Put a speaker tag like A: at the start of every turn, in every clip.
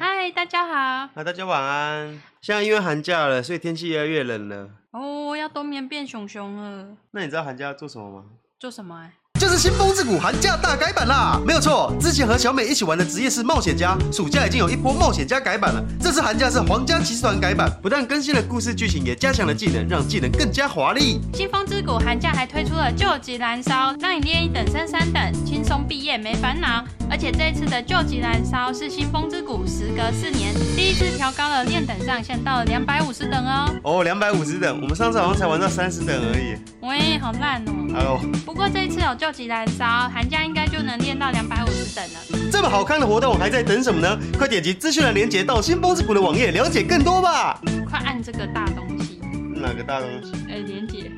A: 嗨，大家好。
B: 啊，大家晚安。现在因为寒假了，所以天气越来越冷了。
A: 哦，要冬眠变熊熊了，
B: 那你知道寒假要做什么吗？
A: 做什么、啊？
C: 就是新风之谷寒假大改版啦！没有错，之前和小美一起玩的职业是冒险家，暑假已经有一波冒险家改版了，这次寒假是皇家骑士团改版，
B: 不但更新了故事剧情，也加强了技能，让技能更加华丽。
A: 新风之谷寒假还推出了救急燃烧，让你练一等升三等，轻松毕业没烦恼。而且这一次的救急燃烧是新风之谷时隔四年第一次调高了练等上限到了两百五十等哦。
B: 哦，两百五十等，我们上次好像才玩到三十等而已。
A: 喂，好烂哦。
B: 哎呦，
A: 不过这一次有救急燃烧，寒假应该就能练到两百五十等了。
B: 这么好看的活动还在等什么呢？快点击资讯栏连接到新风之谷的网页了解更多吧。
A: 快按这个大东西，
B: 哪嗯个大东西？
A: 哎、连接。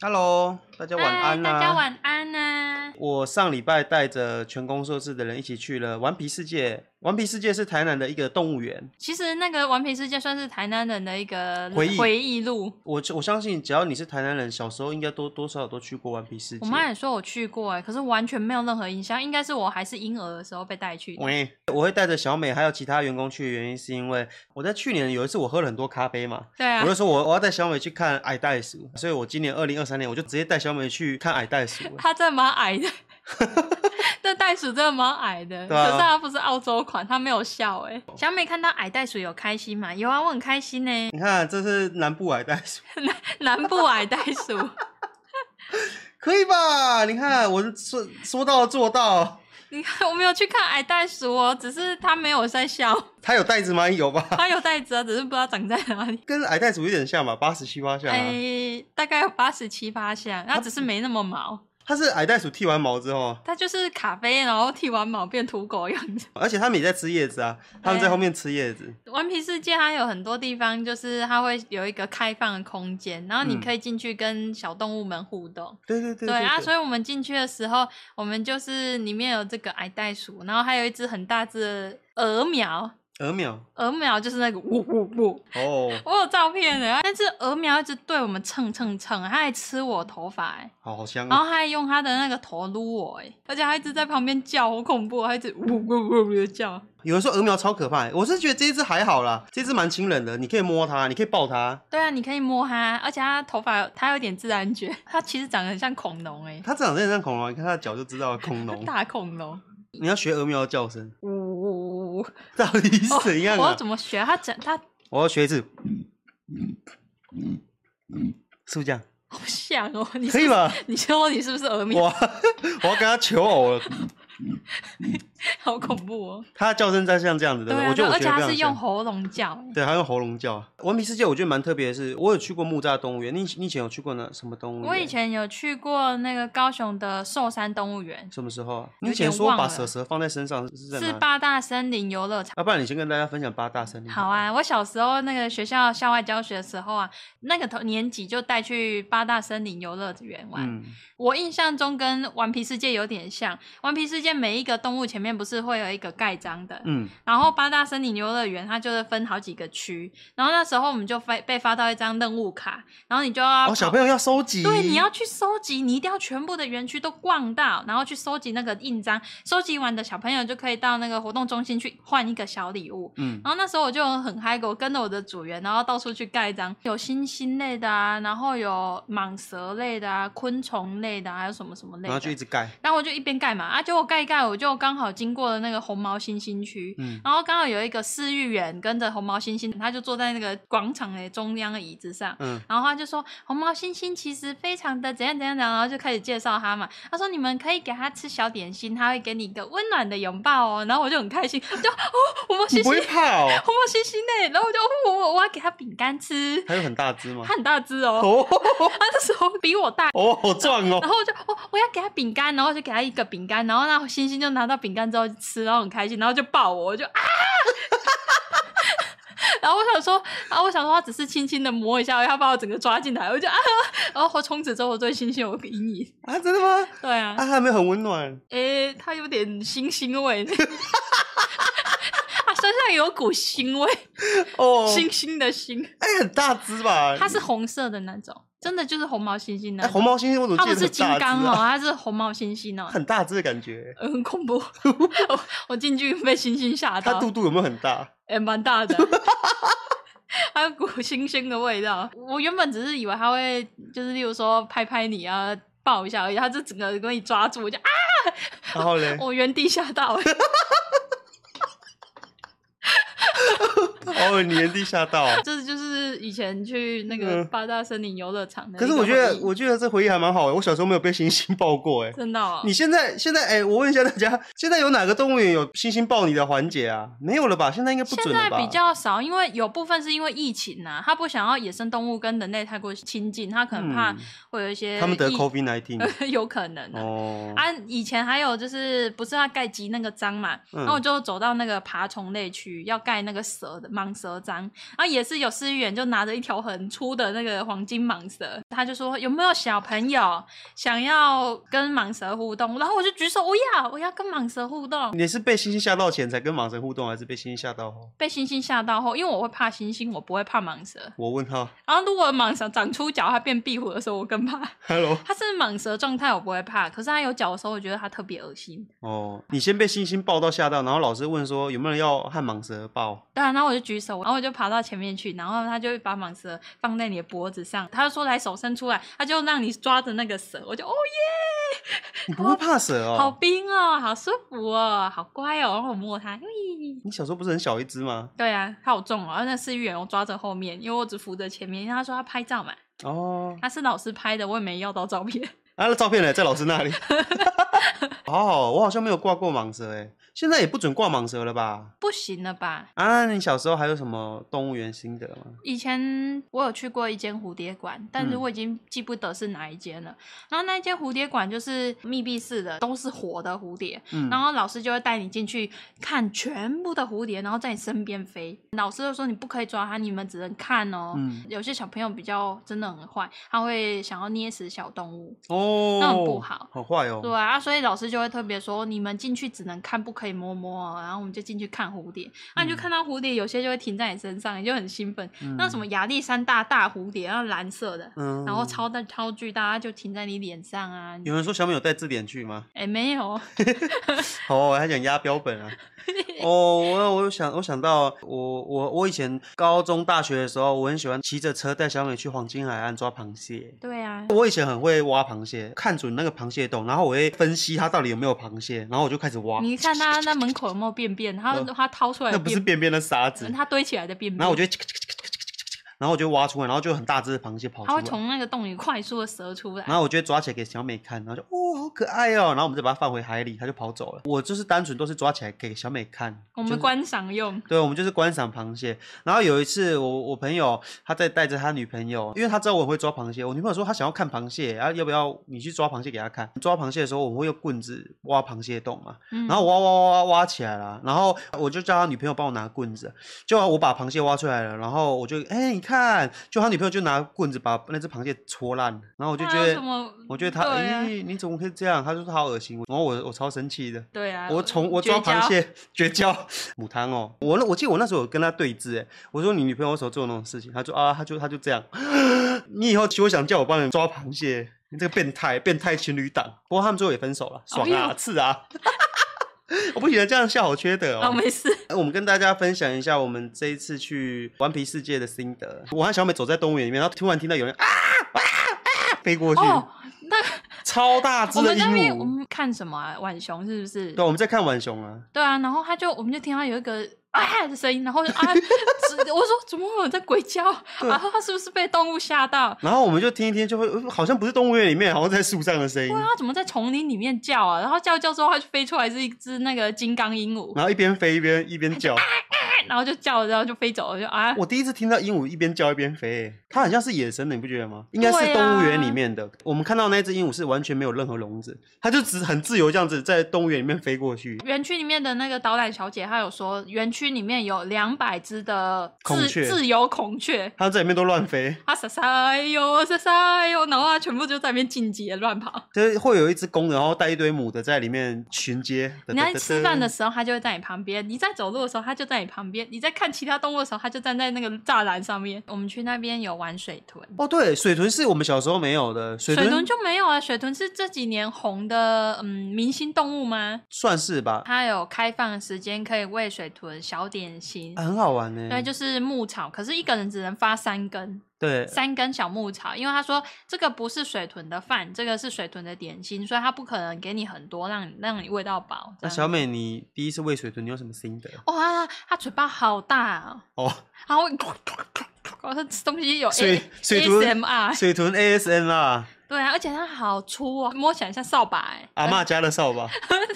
B: Hello，大家晚安啊啦、
A: 嗨大家晚安啊呐、
B: 我上礼拜带着全工硕士的人一起去了顽皮世界。顽皮世界是台南的一个动物园，
A: 其实那个《顽皮世界》算是台南人的一个
B: 回忆
A: 回忆录。
B: 我我相信只要你是台南人，小时候应该多多少少都去过顽皮世
A: 我
B: 界。
A: 妈也说我去过哎、可是完全没有任何印象，应该是我还是婴儿的时候被带去的。
B: 喂，我会带着小美还有其他员工去的原因，是因为我在去年有一次我喝了很多咖啡嘛，
A: 对啊
B: 我，就说我我要带小美去看矮袋鼠，所以我今年二零二三年我就直接带小美去看矮袋鼠了。
A: 它真的蛮矮的，这袋鼠真的蛮矮的。
B: 对啊
A: 可是它不是澳洲款，它没有笑哎、小美看到矮袋鼠有开心吗？有啊，我很开心呢、
B: 你看，这是南部矮袋鼠，
A: 南部矮袋鼠，
B: 可以吧？你看，我说说到做到，
A: 你看我没有去看矮袋鼠哦，只是它没有在笑，
B: 它有袋子吗？有吧？
A: 它有袋子啊，只是不知道长在哪里。
B: 跟矮袋鼠有点像吧，八十七八像、啊。
A: 哎、大概有八十七八项，它只是没那么毛，
B: 它是矮袋鼠剃完毛之后，
A: 它就是咖啡，然后剃完毛变土狗样 子。
B: 而且它们也在吃叶子啊，它
A: 哎
B: 们在后面吃叶子。
A: 顽皮世界它有很多地方，就是它会有一个开放的空间，然后你
B: 嗯
A: 可以进去跟小动物们互动。
B: 对对对
A: 对啊，所
B: 以
A: 以我们进去的时候，我们就是里面有这个矮袋鼠，然后还有一只很大只的鹅苗，
B: 鹅苗
A: 鹅苗就是那个呜呜呜，
B: 哦，
A: 我有照片的，但是鹅苗一直对我们蹭蹭蹭，它还吃我头发、欸，
B: 好好香
A: 然
B: 啊！
A: 后它还用它的那个头撸我、欸，而且它一直在旁边叫，好恐怖哦，它一直呜呜呜呜的叫。
B: 有人说鹅苗超可怕，欸我是觉得这一只还好啦，这一只蛮亲人的，你可以摸它，你可以抱它，
A: 对啊，你可以摸它，而且它头发它有点自然卷， 它其实长得很像恐龙哎、
B: 它长得很像恐龙，你看它的脚就知道了恐龙。
A: 大恐龙，
B: 你要学鹅苗的叫声，
A: 呜呜呜呜呜，
B: 到底是
A: 哦
B: 怎样
A: 我要
B: 啊？
A: 怎么学？它长它
B: 我要学一次，是不是这样？
A: 好像哦， 你
B: 可以
A: 吗？
B: 吧？
A: 你说你是不是鹅苗？
B: 我我要 跟它求偶了，
A: 好恐怖哦！
B: 它的叫声在像这样子，
A: 对
B: 对不对？
A: 啊，
B: 我觉得我
A: 而
B: 学
A: 且
B: 得
A: 它
B: 非常
A: 是用
B: 像。
A: 喉咙叫、欸，
B: 对，它用喉咙叫。顽皮世界我觉得蛮特别的是，我有去过木栅动物园。你以你以前有去过那什么动物园？
A: 我以前有去过那个高雄的寿山动物园，
B: 什么时候啊？
A: 有
B: 你以前
A: 点
B: 说
A: 忘
B: 把
A: 了
B: 蛇蛇放在身上是在
A: 是
B: 哪？
A: 八大森林游乐场。
B: 要不然你先跟大家分享八大森林。嗯
A: 好，啊，我小时候那个学校校外教学的时候啊，那个头年级就带去八大森林游乐园玩。
B: 嗯，
A: 我印象中跟《顽皮世界》有点像，《顽皮世界》每一个动物前面不是会有一个盖章的，
B: 嗯，
A: 然后八大森林游乐园它就是分好几个区，然后那时候我们就发被发到一张任务卡，然后你就要
B: 哦，小
A: 跑
B: 朋友要收集，
A: 对，你要去收集，你一定要全部的园区都逛到，然后去收集那个印章。收集完的小朋友就可以到那个活动中心去换一个小礼物。
B: 嗯，
A: 然后那时候我就很嗨，我跟着我的组员，然后到处去盖章，有星星类的啊，然后有蟒蛇类的啊，昆虫类的、啊，还有什么什么类
B: 然后就一
A: 的。
B: 直盖，
A: 然后我就一边盖嘛，啊，结果盖一盖，我就刚好经过了那个红毛猩猩区，
B: 嗯，
A: 然后刚好有一个饲育员跟着红毛猩猩，他就坐在那个广场的中央的椅子上，
B: 嗯，
A: 然后他就说红毛猩猩其实非常的怎样怎样怎样，然后就开始介绍他嘛。他说你们可以给他吃小点心，他会给你一个温暖的拥抱哦。然后我就很开心，我就哦红毛猩
B: 你不
A: 猩，
B: 会怕哦？
A: 红毛猩猩呢？然后我就哦我我要给他饼干吃，
B: 还有很大只吗
A: 他？很大只哦，
B: 哦
A: 他那时候比我大。
B: 哦，好壮
A: 然
B: 哦！
A: 后我就哦，我要给他饼干，然后就给他一个饼干，然后那星星就拿到饼干之后就吃，然后很开心，然后就抱我，我就啊， 然后我想说，啊，我想说他只是轻轻的摸一下，他把我整个抓进来，我就啊，然后从此之后我对星星有个阴影，
B: 啊，真的吗？
A: 对啊，
B: 啊，还没有很温暖，
A: 诶、他有点星星味， 他身上有股腥味，
B: 哦，
A: 星星的星，
B: 哎，很大只吧？
A: 它是红色的那种，真的就是红毛猩猩
B: 哎，
A: 呢。
B: 红毛猩猩我怎么
A: 它
B: 记
A: 不
B: 得
A: 是
B: 很
A: 金
B: 大
A: 刚
B: 只
A: 哦，
B: 啊？
A: 它是红毛猩猩哦，呃
B: 很大只的感觉。
A: 很恐怖。我我进去被猩猩吓
B: 它
A: 到，
B: 肚肚有没有很大？
A: 也蛮大的， 还有股腥腥的味道。我原本只是以为它会就是例如说拍拍你啊，抱一下而已，它就整个给你抓住，我就啊，
B: 然后嘞，
A: 我原地吓到、 欸，
B: 哦，你原地吓到。
A: 这就是以前去那个
B: 嗯
A: 八大森林游乐场的一
B: 可
A: 个
B: 是
A: 回忆。
B: 我觉得，我觉得这回忆还蛮好的。我小时候没有被猩猩抱过，哎，
A: 真的、哦，
B: 你现在现在哎、我问一下大家，现在有哪个动物园有猩猩抱你的环节啊？没有了吧？现在应该不
A: 现
B: 准了
A: 在
B: 吧？
A: 比较少，因为有部分是因为疫情呐、啊，他不想要野生动物跟人类太过亲近，他可能怕
B: 嗯
A: 会有一些、
B: 他们得 COVID nineteen
A: 有可能啊。
B: 哦，
A: 啊，以前还有就是不是要盖集那个章嘛，
B: 嗯
A: 然后我就走到那个爬虫类区，要盖那个蛇的蟒蛇章，然后也是有饲养员就拿着一条很粗的那个黄金蟒蛇，他就说有没有小朋友想要跟蟒蛇互动，然后我就举手，我要我要跟蟒蛇互动，
B: 你是被猩猩吓到前才跟蟒蛇互动，还是被猩猩吓到后？
A: 被猩猩吓到后，因为我会怕猩猩，我不会怕蟒蛇。
B: 我问他
A: 然后如果蟒蛇长出脚，它变壁虎的时候，我更怕。
B: ，Hello，
A: 它是蟒蛇状态，我不会怕，可是它有脚的时候，我觉得它特别恶心。
B: 哦，你先被猩猩抱到吓到，然后老师问说有没有人要和蟒蛇抱？
A: 对啊，然后我就举手，然后我就爬到前面去，然后它就会把蟒蛇放在你的脖子上，它就说来手伸出来，它就让你抓着那个蛇，我就哦
B: 你不会怕蛇
A: 耶，好
B: 哦？
A: 冰哦，好舒服哦，好乖哦，然后我摸它，咦。
B: 你小时候不是很小一只吗？
A: 对啊，它好重哦，然后那饲育员我抓着后面，因为我只扶着前面，因为他说他拍照嘛，
B: 哦，
A: 他是老师拍的，我也没要到照片。
B: 啊，那照片呢？在老师那里。 好好，我好像没有挂过蟒蛇哎，现在也不准挂蟒蛇了吧？
A: 不行了吧？
B: 啊，你小时候还有什么动物园心得吗？
A: 以前我有去过一间蝴蝶馆，但是
B: 嗯
A: 我已经记不得是哪一间了。然后那一间蝴蝶馆就是密闭式的，都是活的蝴蝶。
B: 嗯，
A: 然后老师就会带你进去看全部的蝴蝶，然后在你身边飞。老师就说你不可以抓它，你们只能看哦。
B: 嗯
A: 有些小朋友比较真的很坏，他会想要捏死小动物。
B: 哦，
A: 那很不好
B: 好坏哦。
A: 对啊，所以老师就会特别说，你们进去只能看，不可以摸摸哦。然后我们就进去看蝴蝶，那、
B: 嗯
A: 你就看到蝴蝶，有些就会停在你身上，你就很兴奋。那什么亚历山大大蝴蝶，然后蓝色的，
B: 嗯
A: 然后超大超巨大，它就停在你脸上啊。
B: 有人说小美有带字典去吗？
A: 哎、没有，
B: 哦，我还想压标本啊。哦，我我想我想到我我我以前高中大学的时候，我很喜欢骑着车带小美去黄金海岸抓螃蟹。
A: 对啊，
B: 我以前很会挖螃蟹，看准那个螃蟹洞，然后我会分析它到底有没有螃蟹，然后我就开始挖。
A: 你看它那门口有没有便便？它
B: 呃
A: 它掏出来
B: 那
A: 的
B: 不是
A: 便
B: 便便的沙子
A: 便，，它堆起来的便便，
B: 然后我就，然后我就挖出来，然后就很大只的螃蟹跑
A: 它会
B: 出来，
A: 从那个洞里快速的折出来。
B: 然后我就抓起来给小美看，然后就哦好可爱哦，然后我们再把它放回海里，它就跑走了。我就是单纯都是抓起来给小美看，
A: 我
B: 就
A: 们
B: 是
A: 观赏用，
B: 对，我们就是观赏螃蟹。然后有一次我，我朋友他在带着他女朋友，因为他知道我很会抓螃蟹，我女朋友说她想要看螃蟹，然、后要不要你去抓螃蟹给她看？抓螃蟹的时候，我们会用棍子挖螃蟹洞嘛，
A: 嗯
B: 然后挖挖挖挖挖起来了，然后我就叫他女朋友帮我拿棍子，就我把螃蟹挖出来了，然后我就哎、你看，就他女朋友就拿棍子把那只螃蟹戳烂，然后我就
A: 它
B: 觉
A: 有
B: 得
A: 啊什，么？
B: 我觉得他
A: 对啊
B: 哎、你怎么可以这样？他就说他好恶心，然后我我超生气的。
A: 对啊，
B: 我从我
A: 绝
B: 抓螃
A: 交
B: 蟹 绝交母汤哦，我那我记得我那时候有跟他对峙，哎，我说你女朋友为什么做那种事情？他说啊，他就他就这样， 你以后休想叫我帮你抓螃蟹，你这个变态变态情侣档。不过他们最后也分手了，爽
A: 哎
B: 啊，
A: 呦
B: 刺啊！ 我不觉得这样笑好缺德
A: 哦，
B: 哦。
A: 没事。
B: 我们跟大家分享一下我们这一次去顽皮世界的心得。我和小美走在动物园里面，然后突然听到有人啊啊啊飞过去，
A: 哦，那
B: 超大只
A: 我
B: 的
A: 们
B: 鹦
A: 那边我
B: 鹉。
A: 们看什么啊？浣熊是不是？
B: 对，我们在看浣熊啊。
A: 对啊，然后他就我们就听到有一个啊的声音，然后就啊，只 我说怎么会有人在鬼叫？啊
B: 对
A: 然后他是不是被动物吓到？
B: 然后我们就听一听，就会呃好像不是动物园里面，好像在树上的声音
A: 对。啊，怎么在丛林里面叫啊？然后叫一叫之后，它就飞出来是一只那个金刚鹦鹉，
B: 然后一边飞一边一边叫，
A: 然后就叫了，然后就飞走了，就啊，
B: 我第一次听到鹦鹉一边叫一边飞，它很像是野生的，你不觉得吗？应该
A: 对
B: 是
A: 啊
B: 动物园里面的。我们看到那只鹦鹉是完全没有任何笼子，它就只很自由这样子在动物园里面飞过去。
A: 园区里面的那个导览小姐，她有说，园区区里面有两百只的
B: 孔
A: 自
B: 雀
A: 自由孔雀，
B: 它在里面都乱飞，
A: 啊撒撒哟撒撒哟，然后它全部就在那边进阶乱跑。
B: 就是会有一只公的，然后带一堆母的在里面巡街。
A: 你在吃饭的时候，它就会在你旁边；你在走路的时候，它就在你旁边；你在看其他动物的时候，它就站在那个栅栏上面。我们去那边有玩水豚，
B: 哦，对，水豚是我们小时候没有的，水
A: 水
B: 豚
A: 豚就没有啊。水豚是这几年红的，嗯，明星动物吗？
B: 算是吧，
A: 它有开放时间可以喂水豚小点心，
B: 啊很好玩呢。
A: 嗯对，就是牧草，可是一个人只能发三根，
B: 对
A: 三根小牧草，因为他说这个不是水豚的饭，这个是水豚的点心，所以他不可能给你很多，让你让你喂到饱。这
B: 那
A: 样
B: 啊小美，你第一次喂水豚，你有什么心得？
A: 哇、它它嘴巴好大、哦，
B: 哦，
A: 然后 我哇它吃东西有 A,
B: 水水豚
A: ASMR，
B: 水豚 ASN 啦，
A: 对啊 啊，而且它好粗哦，摸起来像扫把哎、
B: 阿嬷家的 扫把，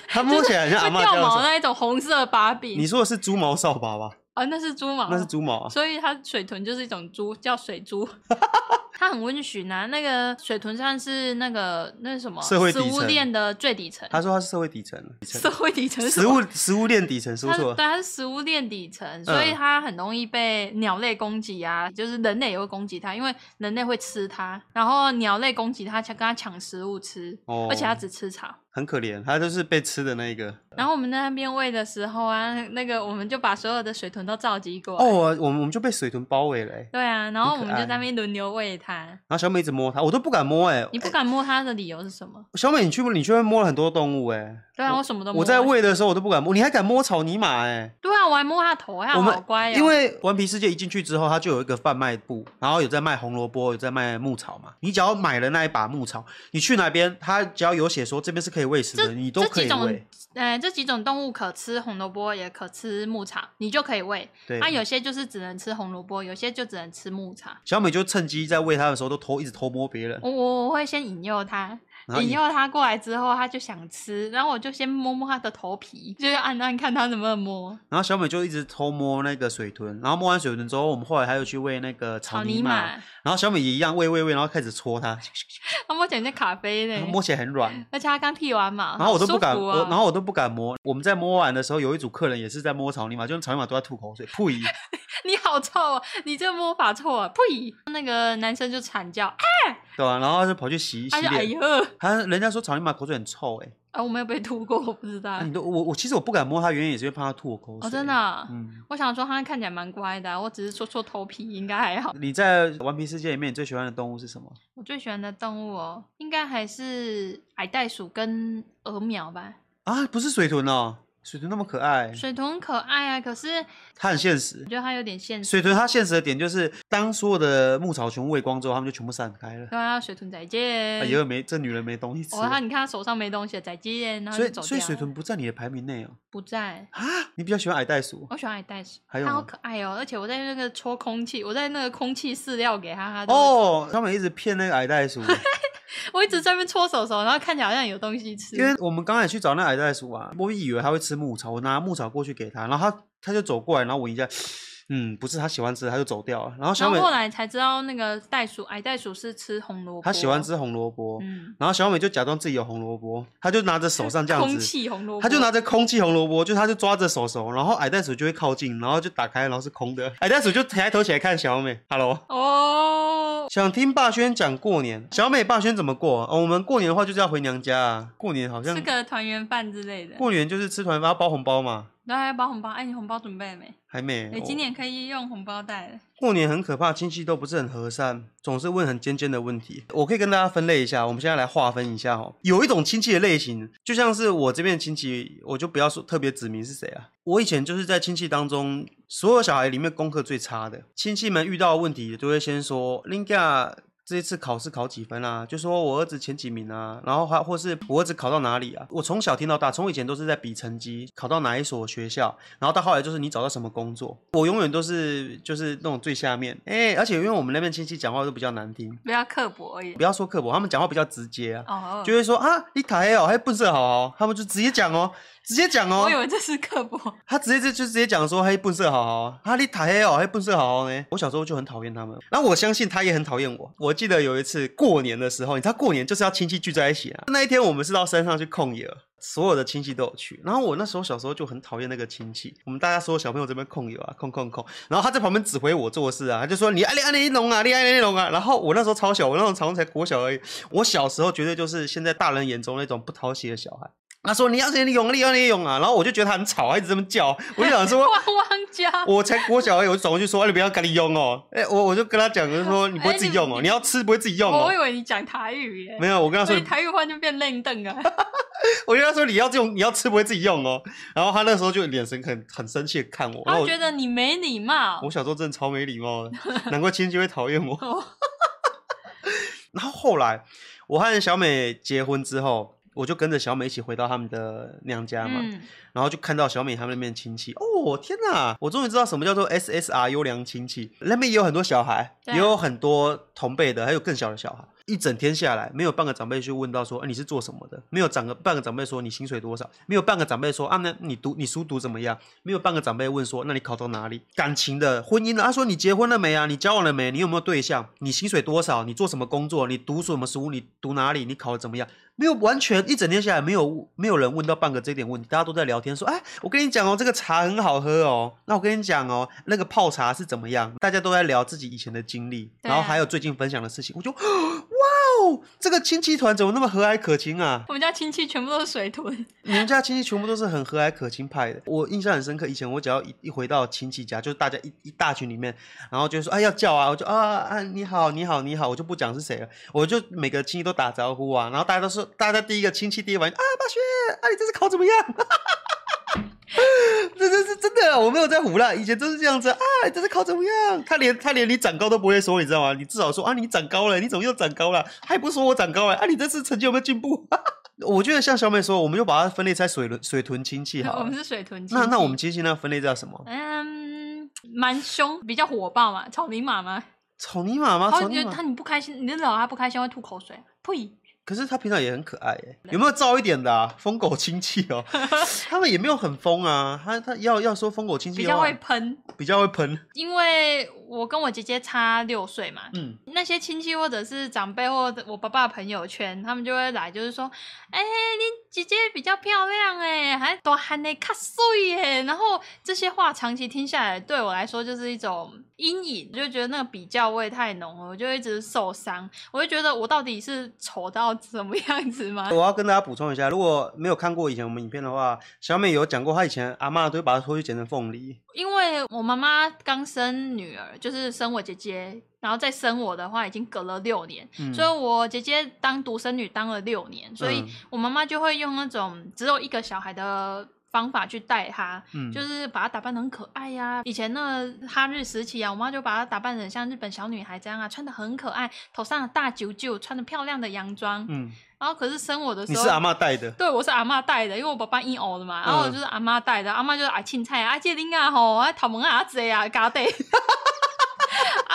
B: 它摸起来很像阿
A: 会
B: 嬷家
A: 掉
B: 的扫
A: 毛
B: 把。
A: 那一种红色把柄，
B: 你说的是猪毛扫把吧？
A: 啊、那是猪毛，
B: 那是猪毛啊。
A: 所以它水豚就是一种猪，叫水 猪。它很温驯啊，那个水豚算是那个那是什么
B: 社会
A: 食
B: 底
A: 物
B: 层
A: 链的最底层，
B: 他说他是社会底层，底
A: 社
B: 层
A: 会底 层是什
B: 食
A: 么
B: 物食物链底层，说
A: 它是
B: 错嗯
A: 对，
B: 了。
A: 它是食物链底层，所以它很容易被鸟类攻击啊，就是人类也会攻击它，因为人类会吃它，然后鸟类攻击它，想跟它抢食物吃，
B: 哦
A: 而且它只吃草。
B: 很可怜，他就是被吃的那一个。
A: 然后我们在那边喂的时候啊，那个我们就把所有的水豚都召集过来，
B: 哦，我我们我们就被水豚包围了、欸，
A: 对啊，然后
B: 很
A: 我
B: 可
A: 们就
B: 爱
A: 在那边轮流喂它。
B: 然后小美一直摸它，我都不敢摸哎、
A: 你不
B: 欸
A: 敢摸它的理由是什么？
B: 小美，你去你去外面摸了很多动物哎、
A: 对啊，我什么都摸。
B: 我在。喂的时候我都不敢摸，你还敢摸草泥马哎、
A: 对啊，我还摸它头，它
B: 我
A: 好
B: 们
A: 乖呀、哦
B: 因为顽皮世界一进去之后，它就有一个贩卖部，然后有在卖红萝卜，有在卖牧草嘛。你只要买了那一把牧草，你去哪边，它只要有写说这边是可以喂食的，你都
A: 这
B: 可
A: 几
B: 以
A: 种
B: 喂。，
A: 呃，这几种动物可吃红萝卜，也可吃牧草，你就可以喂。
B: 对，
A: 啊，有些就是只能吃红萝卜，有些就只能吃牧草。
B: 小美就趁机在喂它的时候都偷一直偷摸别人，
A: 我我我会先引诱它，
B: 然后
A: 引
B: 一
A: 诱它过来之后，它就想吃，然后我就先摸摸它的头皮，就是按按看它能不能摸。
B: 然后小美就一直偷摸那个水豚，然后摸完水豚之后，我们后来还有去喂那个草
A: 草
B: 泥
A: 泥
B: 马，
A: 马，
B: 然后小美也一样喂喂喂，然后开始搓它，
A: 它摸起来像咖啡嘞，
B: 摸起来很软，
A: 而且它刚剃完嘛，
B: 然后我都
A: 好
B: 不
A: 舒
B: 敢，
A: 服
B: 我
A: 哦
B: 然后我都不敢摸。我们在摸完的时候，有一组客人也是在摸草泥马，就是草泥马都在吐口水，呸！
A: 你好臭哦，你这摸法臭啊！呸！那个男生就惨叫，啊
B: 对吧、然后就跑去洗洗
A: 他就哎
B: 脸。
A: 呦，
B: 他人家说草泥马口水很臭、欸，
A: 啊，我没有被吐过，我不知道。
B: 哎、你都我我其实我不敢摸它，原因也是因为怕它吐我口水。
A: 啊哦，真的、啊
B: 嗯。
A: 我想说他看起来蛮乖的啊、我只是戳戳头皮，应该还好。
B: 你在顽皮世界里面，你最喜欢的动物是什么？
A: 我最喜欢的动物哦，应该还是矮袋鼠跟鹅苗吧。
B: 啊，不是水豚哦，水豚那么可爱，
A: 水豚很可爱啊，可是
B: 它很现实
A: 我。觉得它有点现实。
B: 水豚它现实的点就是，当所有的牧草全部喂光之后，它们就全部散开了。
A: 对啊，水豚再见。
B: 啊，也有没这女人没东西吃
A: 哦，他你看他手上没东西，再见，然后
B: 所
A: 就
B: 以
A: 走掉了。
B: 所以水豚不在你的排名内哦。
A: 不在，
B: 你比较喜欢矮袋鼠，
A: 我喜欢矮袋鼠，
B: 还有
A: 它好
B: 吗
A: 可爱哦，而且我在那个戳空气，我在那个空气饲料给它，它都会
B: 哦，他们一直骗那个矮 袋鼠，
A: 我一直在那边搓手手，然后看起来好像有东西吃
B: 因。为我们刚才去找那矮袋鼠啊，我以为它会吃牧草，我拿牧草过去给它，然后它它就走过来，然后闻一下，嗯，不是它喜欢吃的，它就走掉了。然后
A: 然
B: 小
A: 后
B: 美
A: 后来才知道，那个袋鼠矮袋鼠是吃红萝卜，
B: 她喜欢。吃红萝卜，
A: 嗯，
B: 然后小美就假装自己有红萝卜，她就拿着手上这样
A: 空
B: 子。
A: 气红萝卜，
B: 她就拿着空气红萝卜，就她就抓着手手，然后矮袋鼠就会靠近，然后就打开，然后是空的。 矮袋鼠就抬头起来看小美，Hello，
A: 哦，
B: 想听霸轩讲过年，小美霸轩怎么过、哦？我们过年的话就是要回娘家啊。过年好像
A: 吃个团圆饭之类的。
B: 过年就是吃团发包红包嘛，
A: 然后还包红包，哎，你红包准备了没？
B: 还没。哦
A: 哎，今年可以用红包袋了。
B: 我过年很可怕，亲戚都不是很和善，总是问很尖尖的问题。我可以跟大家分类一下，我们现在来划分一下哦。有一种亲戚的类型，就像是我这边亲戚，我就不要说特别指明是谁啊。我以前就是在亲戚当中，所有小孩里面功课最差的，亲戚们遇到的问题都会先说 l i n g a 这一次考试考几分啊？就说我儿子前几名啊，然后还或是我儿子考到哪里啊？我从小听到大，从以前都是在比成绩，考到哪一所学校，然后到后来就是你找到什么工作，我永远都是就是那种最下面，哎、而且因为我们那边亲戚讲话都比较难听，
A: 不要刻薄而已。
B: 不要说刻薄，他们讲话比较直接啊，
A: 哦，
B: 就会说啊，你卡黑哦，还笨色好哦，他们就直接讲哦，直接讲哦
A: 我以，为这是刻薄。
B: 他直接就就直接讲说，嘿，笨啊色好好，哈利塔黑哦，嘿，笨色好好呢。我小时候就很讨厌他们，然后我相信他也很讨厌我。我记得有一次过年的时候，你知道过年就是要亲戚聚在一起啊。那一天我们是到山上去控野，所有的亲戚都有去。然后我那时候小时候就很讨厌那个亲戚，我们大家所有小朋友这边控野啊，控控控。然后他在旁边指挥我做事啊，他就说你按你按你弄啊，你按你弄啊。然后我那时候超小，我那时候常常才国小而已。我小时候绝对就是现在大人眼中那种不讨喜的小孩。他说你要你用，你要你用啊。然后我就觉得他很吵，他一直这么叫，我就想说
A: 汪汪叫，
B: 我才国小而已，我就转过去说：“哎、你不要跟你用哦。哎，我我就跟他讲，我就说：“你不会自己用哦，
A: 哎你
B: 你要吃不会自己用
A: 我
B: 哦
A: 以。为你讲台语”耶，
B: 没有，我跟他
A: 所
B: 说
A: 以，台语话就变愣瞪啊。
B: 我跟他说你要用，你要吃不会自己用哦。然后他那时候就眼神很很生气地看我，然
A: 他
B: 后
A: 会
B: 我
A: 觉得你没礼貌
B: 我。小时候真的超没礼貌的，难怪亲戚会讨厌我。
A: 哦
B: 然后后来我和小美结婚之后，我就跟着小美一起回到他们的娘家嘛，
A: 嗯，
B: 然后就看到小美他们那边亲戚，哦天哪！我终于知道什么叫做 SSR 优良亲戚，那边也有很多小孩，
A: 对啊
B: 也有很多同辈的，还有更小的小孩。一整天下来，没有半个长辈去问到说、啊、你是做什么的，没有长个半个长辈说你薪水多少，没有半个长辈说啊那你读你书读怎么样，没有半个长辈问说那你考到哪里，感情的、婚姻的，他、说你结婚了没啊，你交往了没，你有没有对象，你薪水多少，你做什么工作，你读什么书，你读哪里，你考的怎么样，没有完全一整天下来，没有没有人问到半个这点问题，大家都在聊天说，哎，我跟你讲哦，这个茶很好喝哦，那我跟你讲哦，那个泡茶是怎么样，大家都在聊自己以前的经历，
A: 对啊
B: 然后还有最近分享的事情，我就 哇哦，这个亲戚团怎么那么和蔼可亲啊？
A: 我们家亲戚全部都是水豚，
B: 你们家亲戚全部都是很和蔼可亲派的，我印象很深刻。以前我只要一一回到亲戚家，就是大家一一大群里面，然后就说啊要叫啊，我就啊啊你好你好你好，我就不讲是谁了，我就每个亲戚都打招呼啊，然后大家都说大家第一个亲戚第一反应啊八学啊你这次考怎么样？ 这这是真的，啊我没有在胡乱，以前都是这样子啊。你这次考怎么样？他连他连你长高都不会说，你知道吗？你至少说啊，你长高了，你怎么又长高了？还不说我长高了啊？你这次成绩有没有进步？ 我觉得像小美说，我们就把它分类在水豚水豚亲戚好
A: 我
B: 了
A: 们。是水豚亲戚。
B: 那那我们亲戚呢？分类叫什么？
A: 嗯，蛮凶，比较火爆嘛，草泥马嘛。
B: 草泥马吗？
A: 然
B: 啊草
A: 后
B: 泥
A: 就
B: 马
A: 他。你不开心，你真的老他不开心会吐口水，呸！
B: 可是他平常也很可爱耶，有没有燥一点的啊？疯狗亲 戚哦，他们也没有很疯啊。他他要要说疯狗亲戚
A: 比
B: 的
A: 较
B: 话
A: 会喷。
B: 比较会喷，
A: 因为我跟我姐姐差六岁嘛，
B: 嗯，
A: 那些亲戚或者是长辈或者我爸爸的朋友圈，他们就会来，就是说，哎、你姐姐比较漂亮哎、还多喊你卡碎耶。然后这些话长期听下来，对我来说就是一种阴影，就觉得那个比较味太浓了，我就一直受伤，我就觉得我到底是丑到怎么样子吗？
B: 我要跟大家补充一下，如果没有看过以前我们影片的话，小美有讲过，她以前阿嬷都会把她拖去剪成凤梨。
A: 因为我妈妈刚生女儿，就是生我姐姐，然后再生我的话，已经隔了六年，
B: 嗯
A: 所以我姐姐当独生女当了六年，所以
B: 嗯
A: 我妈妈就会用那种只有一个小孩的方法去带她，
B: 嗯
A: 就是把她打扮得很可爱呀、以前那个哈日时期啊，我妈就把她打扮成像日本小女孩这样啊，穿的很可爱，头上的大揪揪，穿的漂亮的洋装，
B: 嗯，
A: 然后可是生我的时
B: 你
A: 候，
B: 是阿嬷带的，
A: 对，我是阿妈带的，因为我爸爸硬熬的嘛，然后我
B: 嗯
A: 就是阿妈带的，阿妈就是啊青菜啊，啊这恁啊吼，啊头毛啊这啊，嘎 得。啊，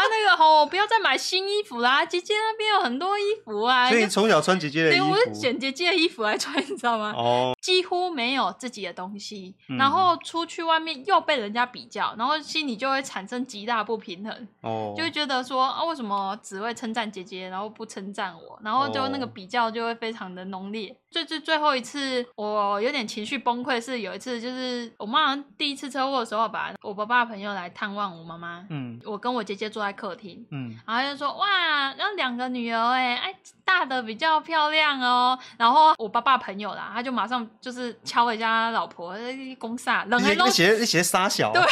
A: 那个吼，不要再买新衣服啦！姐姐那边有很多衣服啊，
B: 所以
A: 就
B: 你从小穿姐姐的衣
A: 对，我是
B: 服。
A: 捡姐姐的衣服来穿，你知道吗？
B: 哦，
A: 几乎没有自己的东西，
B: 嗯
A: 然后出去外面又被人家比较，然后心里就会产生极大不平衡。
B: 哦，
A: 就会觉得说啊，为什么只会称赞姐姐，然后不称赞我，然后就那个
B: 哦
A: 比较就会非常的浓烈。最最最后一次，我有点情绪崩溃，是有一次就是我妈好像第一次车祸的时候吧，我爸爸的朋友来探望我妈妈，
B: 嗯
A: 我跟我姐姐坐在客厅。
B: 嗯，
A: 然后她就说哇，然后两个女儿哎，哎大的比较漂亮哦。然后我爸爸朋友啦，他就马上就是敲了一下他老婆，公煞，冷
B: 你
A: 还
B: 鞋
A: 弄
B: 你鞋你鞋沙小，啊
A: 对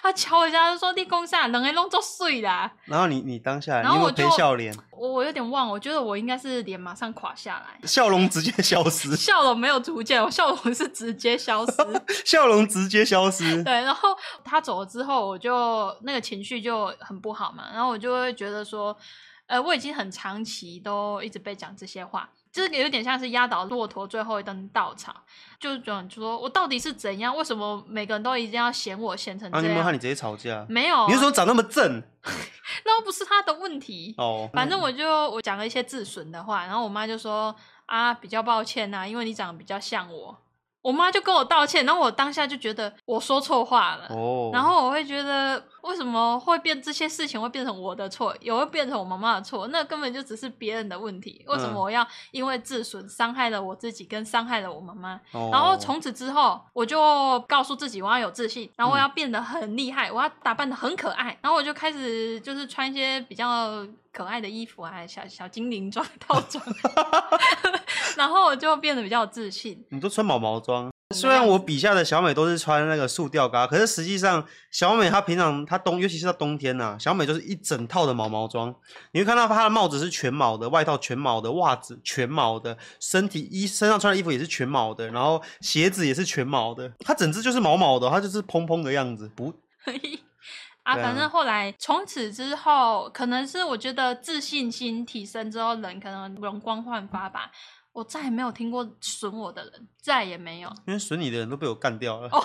A: 他敲了一下，就说你公煞，冷还弄作碎啦。
B: 然后你你当下你
A: 然后
B: 有没有
A: 我
B: 陪
A: 就
B: 笑脸，
A: 我我有点忘，我觉得我应该是脸马上垮下来，
B: 笑容直接消失，
A: 笑容没有逐渐，我笑容是直接消失。
B: 笑容直接消失。
A: 对，然后他走了之后，我就那个情绪就很不好嘛，然后我就会觉得说，呃，我已经很长期都一直被讲这些话，这个有点像是压倒骆驼最后一根稻草，就是讲说我到底是怎样，为什么每个人都一定要嫌我嫌成
B: 啊，
A: 这
B: 你有没有和
A: 样？
B: 你直接吵架？
A: 没有，啊
B: 你是说长那么正
A: 那又不是他的问题
B: 哦？
A: 反正我就我讲了啊一些自损的话，然后我妈就说啊，比较抱歉呐、因为你长得比较像我。我妈就跟我道歉，然后我当下就觉得我说错话了，
B: 哦，
A: 然后我会觉得为什么会变这些事情会变成我的错，也会变成我妈妈的错，那根本就只是别人的问题，为什么我要因为自损伤害了我自己，跟伤害了我妈妈？
B: 哦
A: 然后从此之后，我就告诉自己我要有自信，然后我
B: 嗯
A: 要变得很厉害，我要打扮的很可爱，然后我就开始就是穿一些比较可爱的衣服啊，小小精灵装套 装，然后我就变得比较有自信。
B: 你都穿毛毛装。虽然我笔下的小美都是穿那个塑吊嘎，可是实际上小美她平常她冬，尤其是到冬天呐、小美就是一整套的毛毛装。你会看到她的帽子是全毛的，外套全毛的，袜子全毛的，身体衣身上穿的衣服也是全毛的，然后鞋子也是全毛的。她整只就是毛毛的，她就是蓬蓬的样子，不
A: 啊，
B: 对啊
A: 反正后来从此之后，可能是我觉得自信心提升之后，人可能容光焕发吧。我再也没有听过损我的人，再也没有。
B: 因为损你的人都被我干掉了。
A: 哦，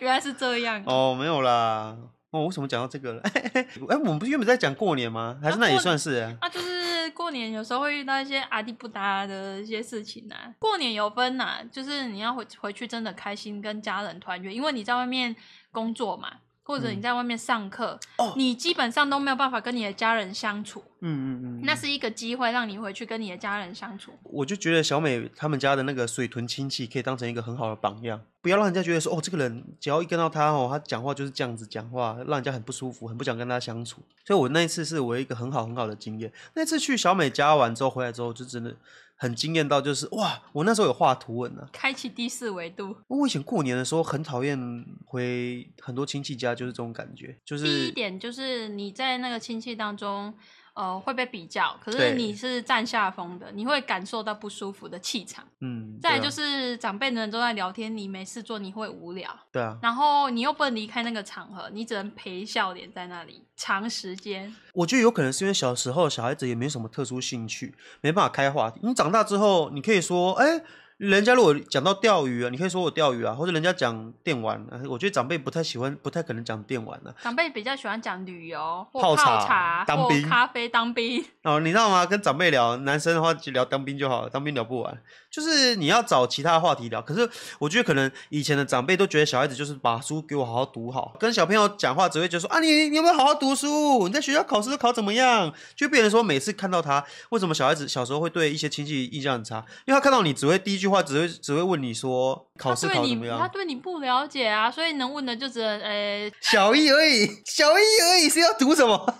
A: 原来是这 样。
B: 哦，没有啦。哦，为什么讲到这个了？ 哎、我们不是原本在讲过年吗？还是
A: 啊
B: 那也
A: 过
B: 算是、啊？
A: 啊，就是过年有时候会遇到一些阿迪不达的一些事情啊。过年有分呐、就是你要回回去真的开心，跟家人团圆，因为你在外面工作嘛，或者你
B: 嗯
A: 在外面上课，
B: 哦
A: 你基本上都没有办法跟你的家人相处。
B: 嗯嗯嗯。
A: 那是一个机会，让你回去跟你的家人相处。
B: 我就觉得小美他们家的那个水豚亲戚可以当成一个很好的榜样，不要让人家觉得说哦，这个人只要一跟到他哦，他讲话就是这样子讲话，让人家很不舒服，很不想跟他相处。所以我那一次是我一个很好很好的经验。那次去小美家玩之后回来之后，就真的很惊艳到，就是哇，我那时候有画图文啊。
A: 开启第四维度，
B: 我以前过年的时候很讨厌回很多亲戚家，就是这种感觉，就
A: 第一
B: 是
A: 点就是你在那个亲戚当中，呃，会被比较，可
B: 对
A: 是你是占下风的，你会感受到不舒服的气场。
B: 嗯，
A: 再来
B: 对啊
A: 就是长辈们都在聊天，你没事做，你会无聊，
B: 对啊，
A: 然后你又不能离开那个场合，你只能陪笑脸在那里长时间。
B: 我觉得有可能是因为小时候小孩子也没什么特殊兴趣，没办法开话题。你长大之后，你可以说，哎、人家如果讲到钓鱼啊，你可以说我钓鱼啊，或者人家讲电玩、啊，我觉得长辈不太喜欢，不太可能讲电玩啊。
A: 长辈比较喜欢讲旅游、或泡
B: 泡茶
A: 茶、
B: 当
A: 或
B: 兵
A: 咖啡、当兵。
B: 哦，你知道吗？跟长辈聊，男生的话就聊当兵就好了，当兵聊不完，就是你要找其他话题聊。可是我觉得可能以前的长辈都觉得小孩子就是把书给我好好读好，跟小朋友讲话只会觉得说啊，你你有没有好好读书？你在学校考试都考怎么样？就变成说每次看到他，为什么小孩子小时候会对一些亲戚印象很差？因为他看到你只会第一句话只会只会问你说 考
A: 他
B: 试
A: 对
B: 考怎么
A: 你，他
B: 样，
A: 对你不了解啊，所以能问的就只能呃，
B: 小一而已，小一而已是要读什么？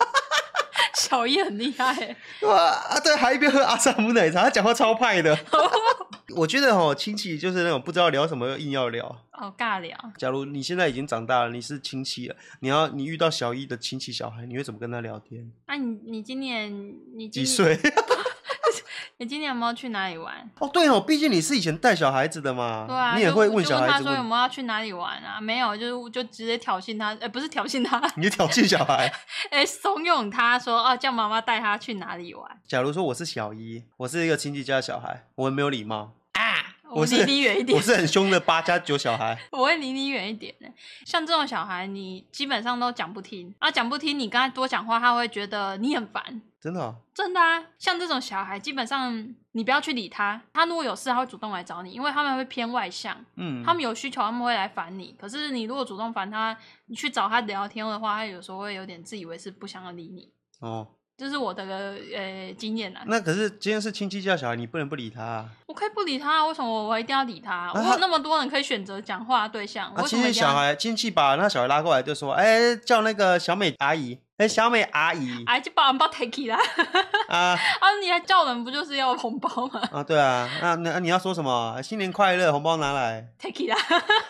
A: 小叶很厉害欸，
B: 哇啊，对，还一边喝阿萨姆奶茶，他讲话超 派的。我觉得哦，亲戚就是那种不知道聊什么，硬要聊。
A: 哦，尬聊。
B: 假如你现在已经长大了，你是亲戚了，你要你遇到小一的亲戚小孩，你会怎么跟他聊天？
A: 那、啊你你今年你今
B: 几？岁？
A: 你今年有没有去哪里玩？
B: 哦，对哦，毕竟你是以前带小孩子的嘛，
A: 对啊，
B: 你也
A: 就
B: 会
A: 就
B: 问小
A: 他
B: 孩子
A: 说有
B: 问，
A: 没有要去哪里玩啊？没有，就就直接挑衅他，呃，不是挑衅他，
B: 你就挑衅小孩。
A: 哎、怂恿他说，哦、叫妈妈带他去哪里玩。
B: 假如说我是小一，我是一个亲戚家的小孩，我很没有礼貌，我
A: 我
B: 是
A: 离你远一点
B: 我，是很凶的八加九小孩。
A: 我会离你远一点呢。像这种小孩，你基本上都讲不听啊，讲不听，你跟他多讲话，他会觉得你很烦。
B: 真的、哦，
A: 真的啊，像这种小孩，基本上你不要去理他。他如果有事，他会主动来找你，因为他们会偏外向，
B: 嗯，
A: 他们有需求，他们会来烦你。可是你如果主动烦他，你去找他聊天的话，他有时候会有点自以为是，不想要理你。
B: 哦，
A: 这是我的呃经验啦，
B: 那可是今天是亲戚家的小孩，你不能不理他、啊。
A: 我可以不理他，为什么我一定要理他？啊我
B: 他
A: 有那么多人可以选择讲话的对象，我
B: 啊，
A: 为什
B: 亲
A: 么
B: 戚
A: 一定要
B: 小孩亲戚把那小孩拉过来就说：“哎、叫那个小美阿姨，哎、小美 阿姨
A: 哎，就把红包提起来
B: 啊
A: 啊！你还叫人不就是要红包吗？
B: 啊，对啊，那那你要说什么？新年快乐，红包拿 来
A: 提起来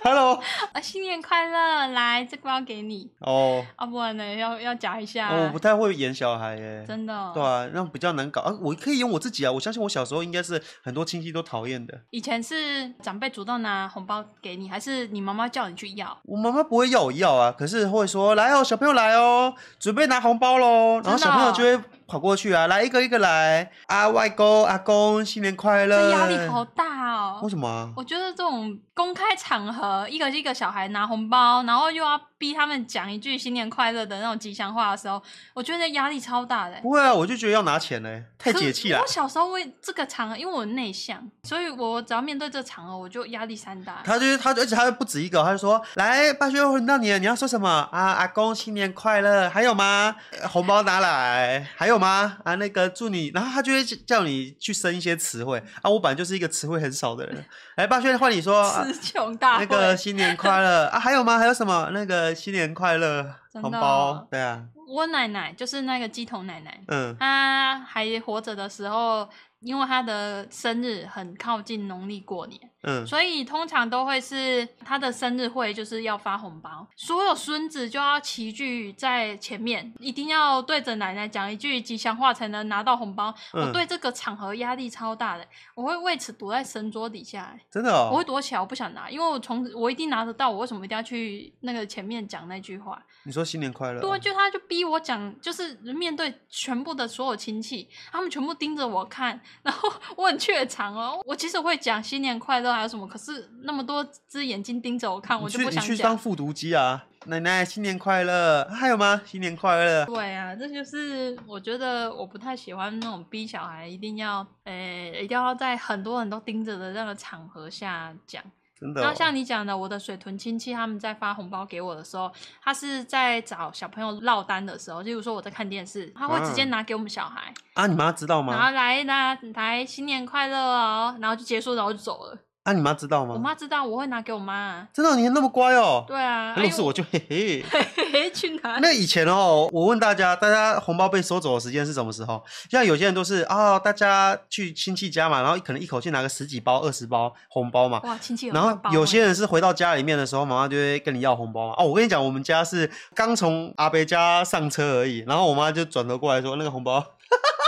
B: ，Hello，
A: 啊！新年快乐，来这个要给你
B: 哦、
A: 啊，不然呢要要夹一下，
B: 哦我不太会演小孩耶，
A: 啊真的哦、
B: 对啊，那比较难搞啊。我可以演我自己啊，我相信我小时候应该是很多亲戚都讨厌的。
A: 以前是长辈主动拿红包给你，还是你妈妈叫你去要？
B: 我妈妈不会要我要啊，可是会说来哦，小朋友来哦，准备拿红包喽。然后
A: 真的
B: 小朋友
A: 哦
B: 就会跑过去啊，来一个一个来，啊外公阿公新年快乐。
A: 这压力好大哦
B: 为。什么啊？
A: 我觉得这种公开场合，一个一个小孩拿红包，然后又要逼他们讲一句新年快乐的那种吉祥话的时候，我觉得压力超大的、欸。
B: 不会啊，我就觉得要拿钱嘞，太解气了
A: 我。小时候为这个场合，因为我内向，所以我只要面对这场合，我就压力山大。
B: 他就是他，而且他不止一个，他就说：“来，霸轩，轮到你了，你要说什么啊？阿公新年快乐，还有吗？呃红包拿来，还有吗？啊，那个祝你。”然后他就会叫你去生一些词汇啊。我本来就是一个词汇很少的人，来，霸轩换你说、啊
A: 词穷大
B: 那
A: 会，
B: 个新年快乐啊，还有吗？还有什么？那个新年快乐
A: 真的哦
B: 红包，对啊，
A: 我奶奶就是那个鸡头奶奶，
B: 嗯，
A: 她还活着的时候，因为她的生日很靠近农历过年，
B: 嗯，
A: 所以通常都会是她的生日会就是要发红包，所有孙子就要齐聚在前面，一定要对着奶奶讲一句吉祥话才能拿到红包。我
B: 嗯
A: 对这个场合压力超大的，我会为此躲在神桌底下、欸
B: 真的
A: 我
B: 哦
A: 会。躲起来，我不想拿，因为我从我一定拿得到，我为什么一定要去那个前面讲那句话？
B: 你说新年快乐哦，
A: 对，就他就逼我讲，就是面对全部的所有亲戚，他们全部盯着我看，然后 我很怯场哦。我其实会讲新年快乐还啊有什么，可是那么多只眼睛盯着我看，我
B: 你
A: 就
B: 去
A: 不
B: 你
A: 想
B: 去当
A: 讲。
B: 复读机啊！奶奶新年快乐，啊还有吗？新年快乐，
A: 对啊，这就是我觉得我不太喜欢那种逼小孩一定要，呃、一定要在很多人都盯着的那个场合下讲。
B: 真的、
A: 然
B: 哦
A: 后。像你讲的，我的水豚亲戚他们在发红包给我的时候，他是在找小朋友落单的时候，例如说我在看电视，他会直接
B: 嗯
A: 拿给我们小孩，
B: 啊，你妈知道
A: 然后
B: 吗？
A: 来啦，来新年快乐哦，然后就结束，然后就走了。
B: 啊，你妈知道
A: 我
B: 吗？
A: 妈知道，我会拿给我妈、啊。
B: 真的哦，你那么乖哦。
A: 对啊，
B: 如
A: 哎
B: 果是我就 嘿嘿。
A: 我 去拿。
B: 那以前哦，我问大家，大家红包被收走的时间是什么时候？像有些人都是啊、大家去亲戚家嘛，然后可能一口气拿个十几包、二十包红包嘛。
A: 哇，亲戚有
B: 然
A: 红包
B: 后有
A: 欸
B: 些人是回到家里面的时候，妈妈就会跟你要红包嘛。哦，我跟你讲，我们家是刚从阿伯家上车而已，然后我妈就转头过来说那个红包，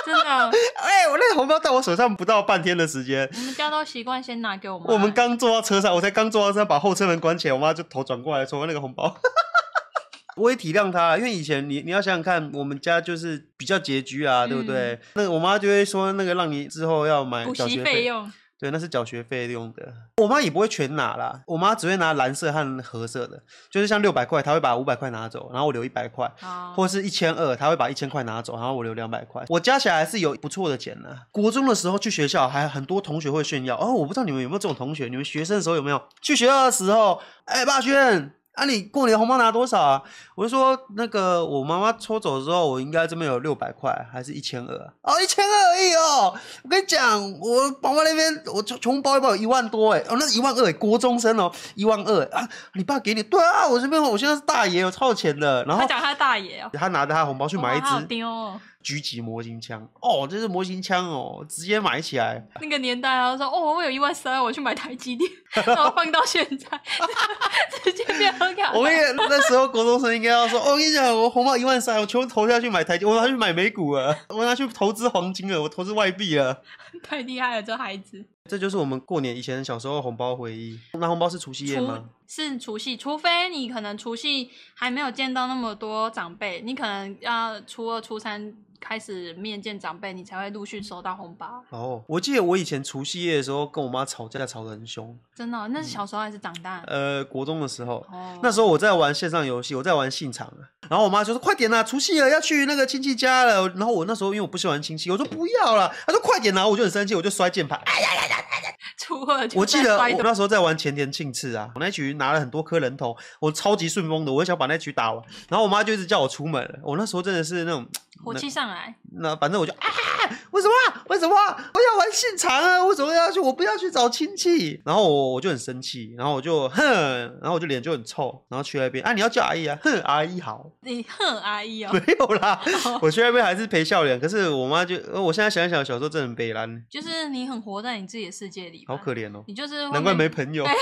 A: 真的，
B: 哎、我那个红包到我手上不到半天的时间，
A: 我们家都习惯先拿给我妈。
B: 我们刚坐到车上，我才刚坐到车上，把后车门关起来，我妈就头转过来说那个红包。 我也体谅她，因为以前你你要想想看，我们家就是比较拮据啊，对不对？那个我妈就会说那个让你之后要买
A: 嗯补
B: 缴
A: 习
B: 学
A: 费
B: 费，
A: 用，
B: 对，那是缴学费用的。我妈也不会全拿啦，我妈只会拿蓝色和褐色的，就是像六百块，她会把五百块拿走，然后我留一百块。
A: 好，
B: 或是一千二，他会把一千块拿走，然后我留两百块，我加起来还是有不错的钱呢、国中的时候去学校，还很多同学会炫耀哦，我不知道你们有没有这种同学，你们学生的时候有没有去学校的时候，哎，霸轩。啊，你过年红包拿多少啊？我就说那个我妈妈抽走之后，我应该这边有六百块，还是一千二？哦，一千二而已哦。我跟你讲，我爸妈那边我穷穷包一包有一万多哎，哦，那是一万二哎，国中生哦，一万二啊！你爸给你？对啊，我这边我现在是大爷，我超有钱的。然后
A: 他讲他大爷 哦，
B: 他拿着他的红包去买一
A: 哇他好
B: 支
A: 丢哦。
B: 狙击模型枪，哦，这是模型枪哦，直接买起 来。
A: 那个年代啊，说哦，我有一万三，我去买台积电， 然后放到现在， 直接变很卡。
B: 我也那时候国中生应该要说，哦，我跟你讲，我红包一万三，我全部投下去买台积，我拿去买美股了， 我拿去投资黄金了，我投资外币了。
A: 太厉害了，这孩子。
B: 这就是我们过年以前小时候红包回忆。拿红包是除夕夜
A: 除
B: 吗？
A: 是除夕，除非你可能除夕还没有见到那么多长辈，你可能要初二、初三开始面见长辈，你才会陆续收到红包。
B: 哦，我记得我以前除夕夜的时候跟我妈吵架，吵得很凶。
A: 真的哦、那是小时候还是长大？
B: 呃，国中的时候，
A: 哦，
B: 那时候我在玩线上游戏，我在玩信场啊，然后我妈就说：“快点啦、除夕了，要去那个亲戚家了。”然后我那时候因为我不喜欢亲戚，我说不要啦。她说：“快点啦、我就很生气，我就摔键盘。哎呀
A: 初二就
B: 我记
A: 在
B: 得
A: 摔
B: 我
A: 东
B: 那时候在玩前田庆次啊，我那局拿了很多颗人头，我超级顺风的，我很想把那局打完。然后我妈就一直叫我出门，我那时候真的是那种，
A: 火气上来，
B: 那反正我就啊，为什么啊？为什么啊？我想玩信长啊！为什么要去？我不要去找亲戚。然后我我就很生气，然后我就哼，然后我就脸就很臭，然后去那边啊，你要叫阿姨啊，哼，阿姨好。
A: 你恨阿姨哦，
B: 没有啦，我去那边还是陪笑脸。可是我妈就，呃我现在想一想，小时候真的很悲蓝，
A: 就是你很活在你自己的世界里吧，
B: 好可怜哦，
A: 你就是会
B: 难怪
A: 被
B: 没朋
A: 哎
B: 友。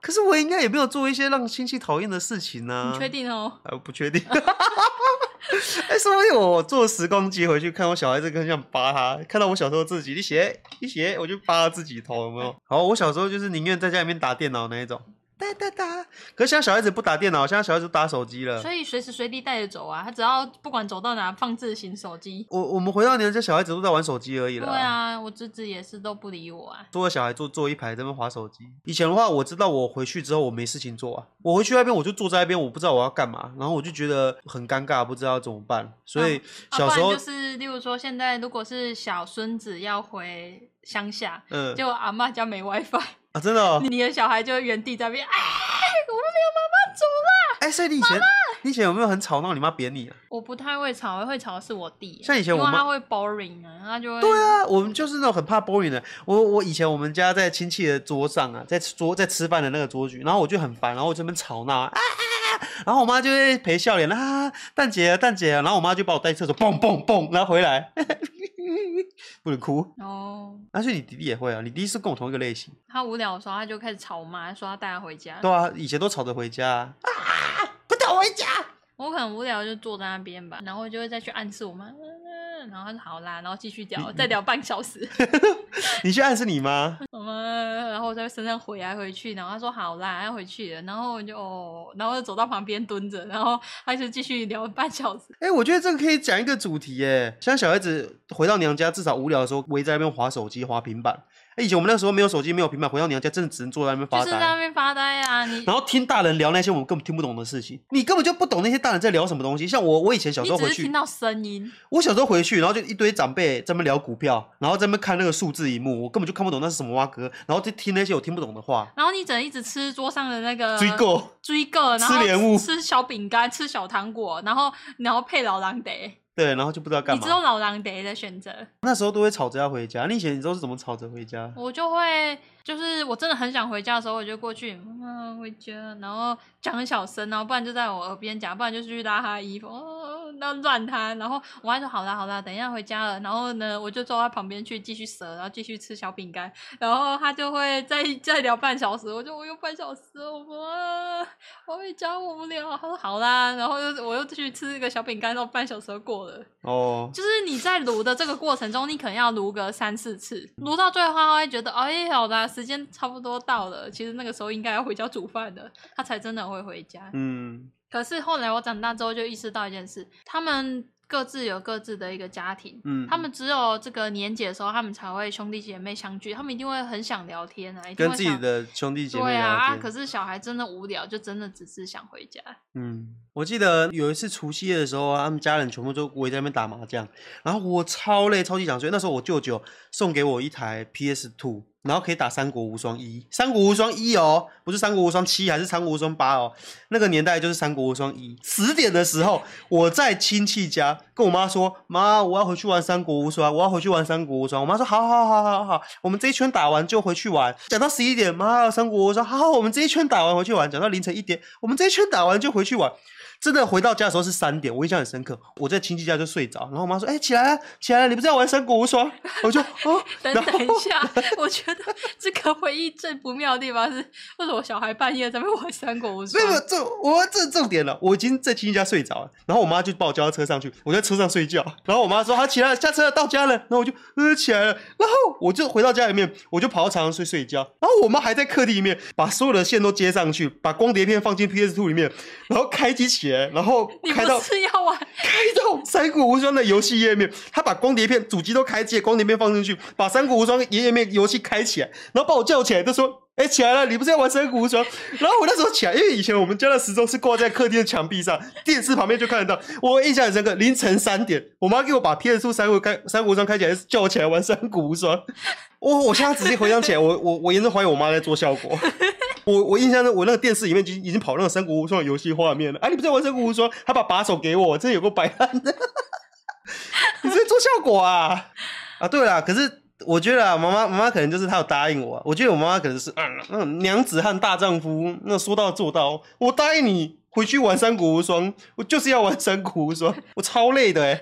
B: 可是我应该也没有做一些让亲戚讨厌的事情呢、
A: 你确？定哦？
B: 呃，不确定。 哎、说不定我坐时光机回去看我小孩子，更想扒他。看到我小时候自己，你
A: 哎
B: 写一写，我就扒他自己头，有没有？好，我小时候就是宁愿在家里面打电脑那一种。哒哒哒。可是现在小孩子不打电脑，现在小孩子都打手机了。
A: 所以随时随地带着走啊，他只要不管走到哪，放置型手机。
B: 我我们回到年纪，小孩子都在玩手机而已
A: 对
B: 了。。
A: 啊，我侄子也是都不理我啊。
B: 坐在小孩坐坐一排，在那边划手机。以前的话，我知道我回去之后我没事情做啊，我回去那边我就坐在那边，我不知道我要干嘛，然后我就觉得很尴尬，不知道怎么办。所以
A: 啊
B: 小时
A: 不
B: 候，
A: 然就是，例如说，现在如果是小孙子要回乡下，
B: 嗯、
A: 结果阿妈家没 WiFi，
B: 啊，真的、哦，
A: 你的小孩就会原地在那边，哎，我没有妈妈煮了。
B: 哎、所以你以前你以前有没有很吵闹，你妈扁你啊？
A: 我不太会吵，会吵的是我弟，
B: 像以前我
A: 因为
B: 妈
A: 他会 boring 啊，他就会
B: 对啊，我们就是那种很怕 boring 的。我我以前我们家在亲戚的桌上啊，在吃桌在吃饭的那个桌局，然后我就很烦，然后我这边吵闹啊啊啊，然后我妈就会陪笑脸啊，蛋姐啊蛋姐啊，然后我妈就把我带去厕所，蹦蹦蹦，然后回来， 不能哭。
A: 哦，
B: 而且你弟弟也会啊，你弟弟是跟我同一个类型，
A: 他无聊的时候他就开始吵我妈，说要带他回家。
B: 对啊，以前都吵着回家啊，啊不带我回家，
A: 我可能无聊就坐在那边吧，然后就会再去暗示我妈，嗯嗯然后她说好啦，然后继续 聊，再聊半小时，
B: 你去暗示你妈，
A: 我妈，然后我在身上回来回去，然后她说好啦，要回去了，然后我就哦，然后就走到旁边蹲着，然后她就继续聊半小时。
B: 哎、我觉得这个可以讲一个主题耶。像小孩子回到娘家，至少无聊的时候，围在那边划手机、划平板。哎、以前我们那时候没有手机、没有平板，回到娘家真的只能坐在那边
A: 就
B: 发
A: 是在那
B: 呆，
A: 边发呆啊，你
B: 然后听大人聊那些我们根本听不懂的事情。你根本就不懂那些大人在聊什么东西。像我，我以前小时
A: 你
B: 候
A: 只
B: 回
A: 是听
B: 去，
A: 到声音，
B: 我小时候回去，然后就一堆长辈在那边聊股票，然后在那边看那个数字荧幕，我根本就看不懂那是什么蛙哥，然后就听那些我听不懂的话。
A: 然后你只能一直吃桌上的那个
B: 追购，
A: 追个，然
B: 吃
A: 后
B: 莲雾
A: 吃小饼干，吃小糖果，然后然后配老狼得，
B: 对，然后就不知道干
A: 你只有
B: 嘛。
A: 老狼得的选择。
B: 那时候都会吵着要回家。你以前你都是怎么吵着回家？
A: 我就会，就是我真的很想回家的时候，我就过去，妈妈回家，然后讲很小声，然后不然就在我耳边讲，不然就是去拉他的衣服，哦，那乱他，然后我还说好啦好啦，等一下回家了，然后呢，我就坐到他旁边去继续折，然后继续吃小饼干，然后他就会再再聊半小时，我就我又半小时了，我啊妈我回家我无聊，他说好啦，然后又我又去吃一个小饼干，然后半小时就过了。
B: 哦，
A: 就是你在撸的这个过程中，你可能要撸个三四次，撸到最后他会觉得，哎，好啦，时间差不多到了，其实那个时候应该要回家煮饭的，他才真的会回家。
B: 嗯，
A: 可是后来我长大之后就意识到一件事，他们各自有各自的一个家庭。
B: 嗯，
A: 他们只有这个年节的时候，他们才会兄弟姐妹相聚，他们一定会很想聊天啊，一定
B: 跟
A: 会
B: 自己
A: 想
B: 的兄弟姐妹
A: 对
B: 聊
A: 啊啊！
B: 天。
A: 可是小孩真的无聊，就真的只是想回家。
B: 嗯，我记得有一次除夕夜的时候啊，他们家人全部都围在那边打麻将，然后我超累，超级想睡。那时候我舅舅送给我一台 PS Two，然后可以打《三国无双一》，《三国无双一》哦，不是《三国无双七》还是《三国无双八》哦，那个年代就是《三国无双一》。十点的时候，我在亲戚家跟我妈说：“妈，我要回去玩《三国无双》，我要回去玩《三国无双》。”我妈说：“好好好好好，我们这一圈打完就回去玩。”讲到十一点，妈，《三国无双》好好，我们这一圈打完回去玩。讲到凌晨一点，我们这一圈打完就回去玩。真的回到家的时候是三点，我印象很深刻。我在亲戚家就睡着，然后我妈说：“哎、起来啊，起来啊，你不是要玩《三国无双》？”我就 哦，
A: 等
B: 然后
A: 等一下，我觉得这个回忆最不妙的地方是，为什么小孩半夜在那边玩三国无
B: 没
A: 双
B: 有，？没有这我这重点了，我已经在亲戚家睡着了，然后我妈就把我叫到车上去，我在车上睡觉，然后我妈说好起来了，下车了，到家了，然后我就呃起来了，然后我就回到家里面，我就跑到床上睡睡觉，然后我妈还在客厅里面把所有的线都接上去，把光碟片放进 PS Two 里面，然后开机起来，然后
A: 你
B: 开到
A: 不是要玩？
B: 开到《三国无双》的游戏页面，他把光碟片主机都开机，光碟片放进去，把《三国无双》页面游戏开起来，然后把我叫起来，就说：“哎、起来了，你不是要玩《三国无双》？”然后我那时候起来，因为以前我们家的时钟是挂在客厅的墙壁上，电视旁边就看得到。我印象很深刻，凌晨三点，我妈给我把 PS 出《三国开三国无双》开起来，叫我起来玩《三国无双》我。我现在仔细回想起来，我我我严重怀疑我妈在做效果。我我印象中，我那个电视里面已经已经跑那个《三国无双》的游戏画面了。哎、你不在玩《三国无双》，还把把手给我，真的有个摆烂的。 你在做效果啊？啊，对啦，可是我觉得啊，妈妈妈妈可能就是她有答应我、啊，我觉得我妈妈可能是嗯嗯娘子汉大丈夫，那说到做到。我答应你回去玩《三国无双》，我就是要玩《三国无双》，我超累的哎、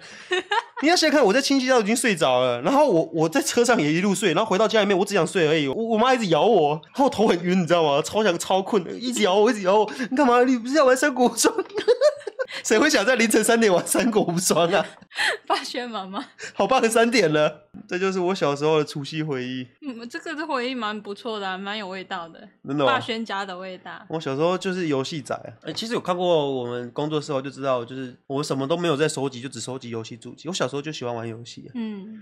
B: 你要想想看，我在亲戚家都已经睡着了，然后我我在车上也一路睡，然后回到家里面，我只想睡而已。我我妈一直咬我，然后我头很晕，你知道吗？超想超困的，一直咬我，一直咬我。你干嘛？你不是要玩三国无双？ 谁会想在凌晨三点玩三国无双啊？
A: 发现妈妈，
B: 好棒，三点了。这就是我小时候的除夕回忆，
A: 嗯，这个的回忆蛮不错的啊、蛮有味道的，
B: 真的、
A: 霸
B: 哦。
A: 轩家的味道。
B: 我小时候就是游戏仔啊、呃其实有看过我们工作室后就知道，就是我什么都没有在收集，就只收集游戏主机。我小时候就喜欢玩游戏啊、
A: 嗯，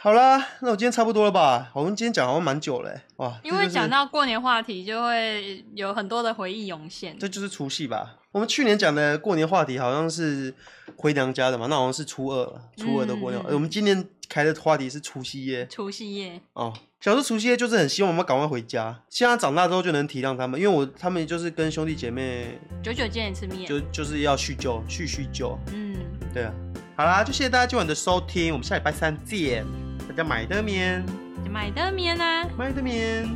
B: 好啦，那我今天差不多了吧？我们今天讲好像蛮久了、欸，哇！
A: 因为讲
B: 到
A: 到过年话题，就会有很多的回忆涌现。
B: 这就是除夕吧。我们去年讲的过年话题好像是回娘家的嘛，那好像是初二了，初二的过
A: 嗯
B: 年。
A: 嗯嗯
B: 呃我们今年开的话题是除夕夜
A: 除夕夜，
B: 哦。小时候除夕夜就是很希望我们赶快回家，现在长大之后就能体谅他们，因为我他们就是跟兄弟姐妹
A: 久久见一次面。
B: 就就是要叙旧，叙叙旧。
A: 嗯，
B: 对啊，好啦，就谢谢大家今晚的收听，我们下礼拜三见，大家买的面，
A: 买的面啊。
B: 买的面。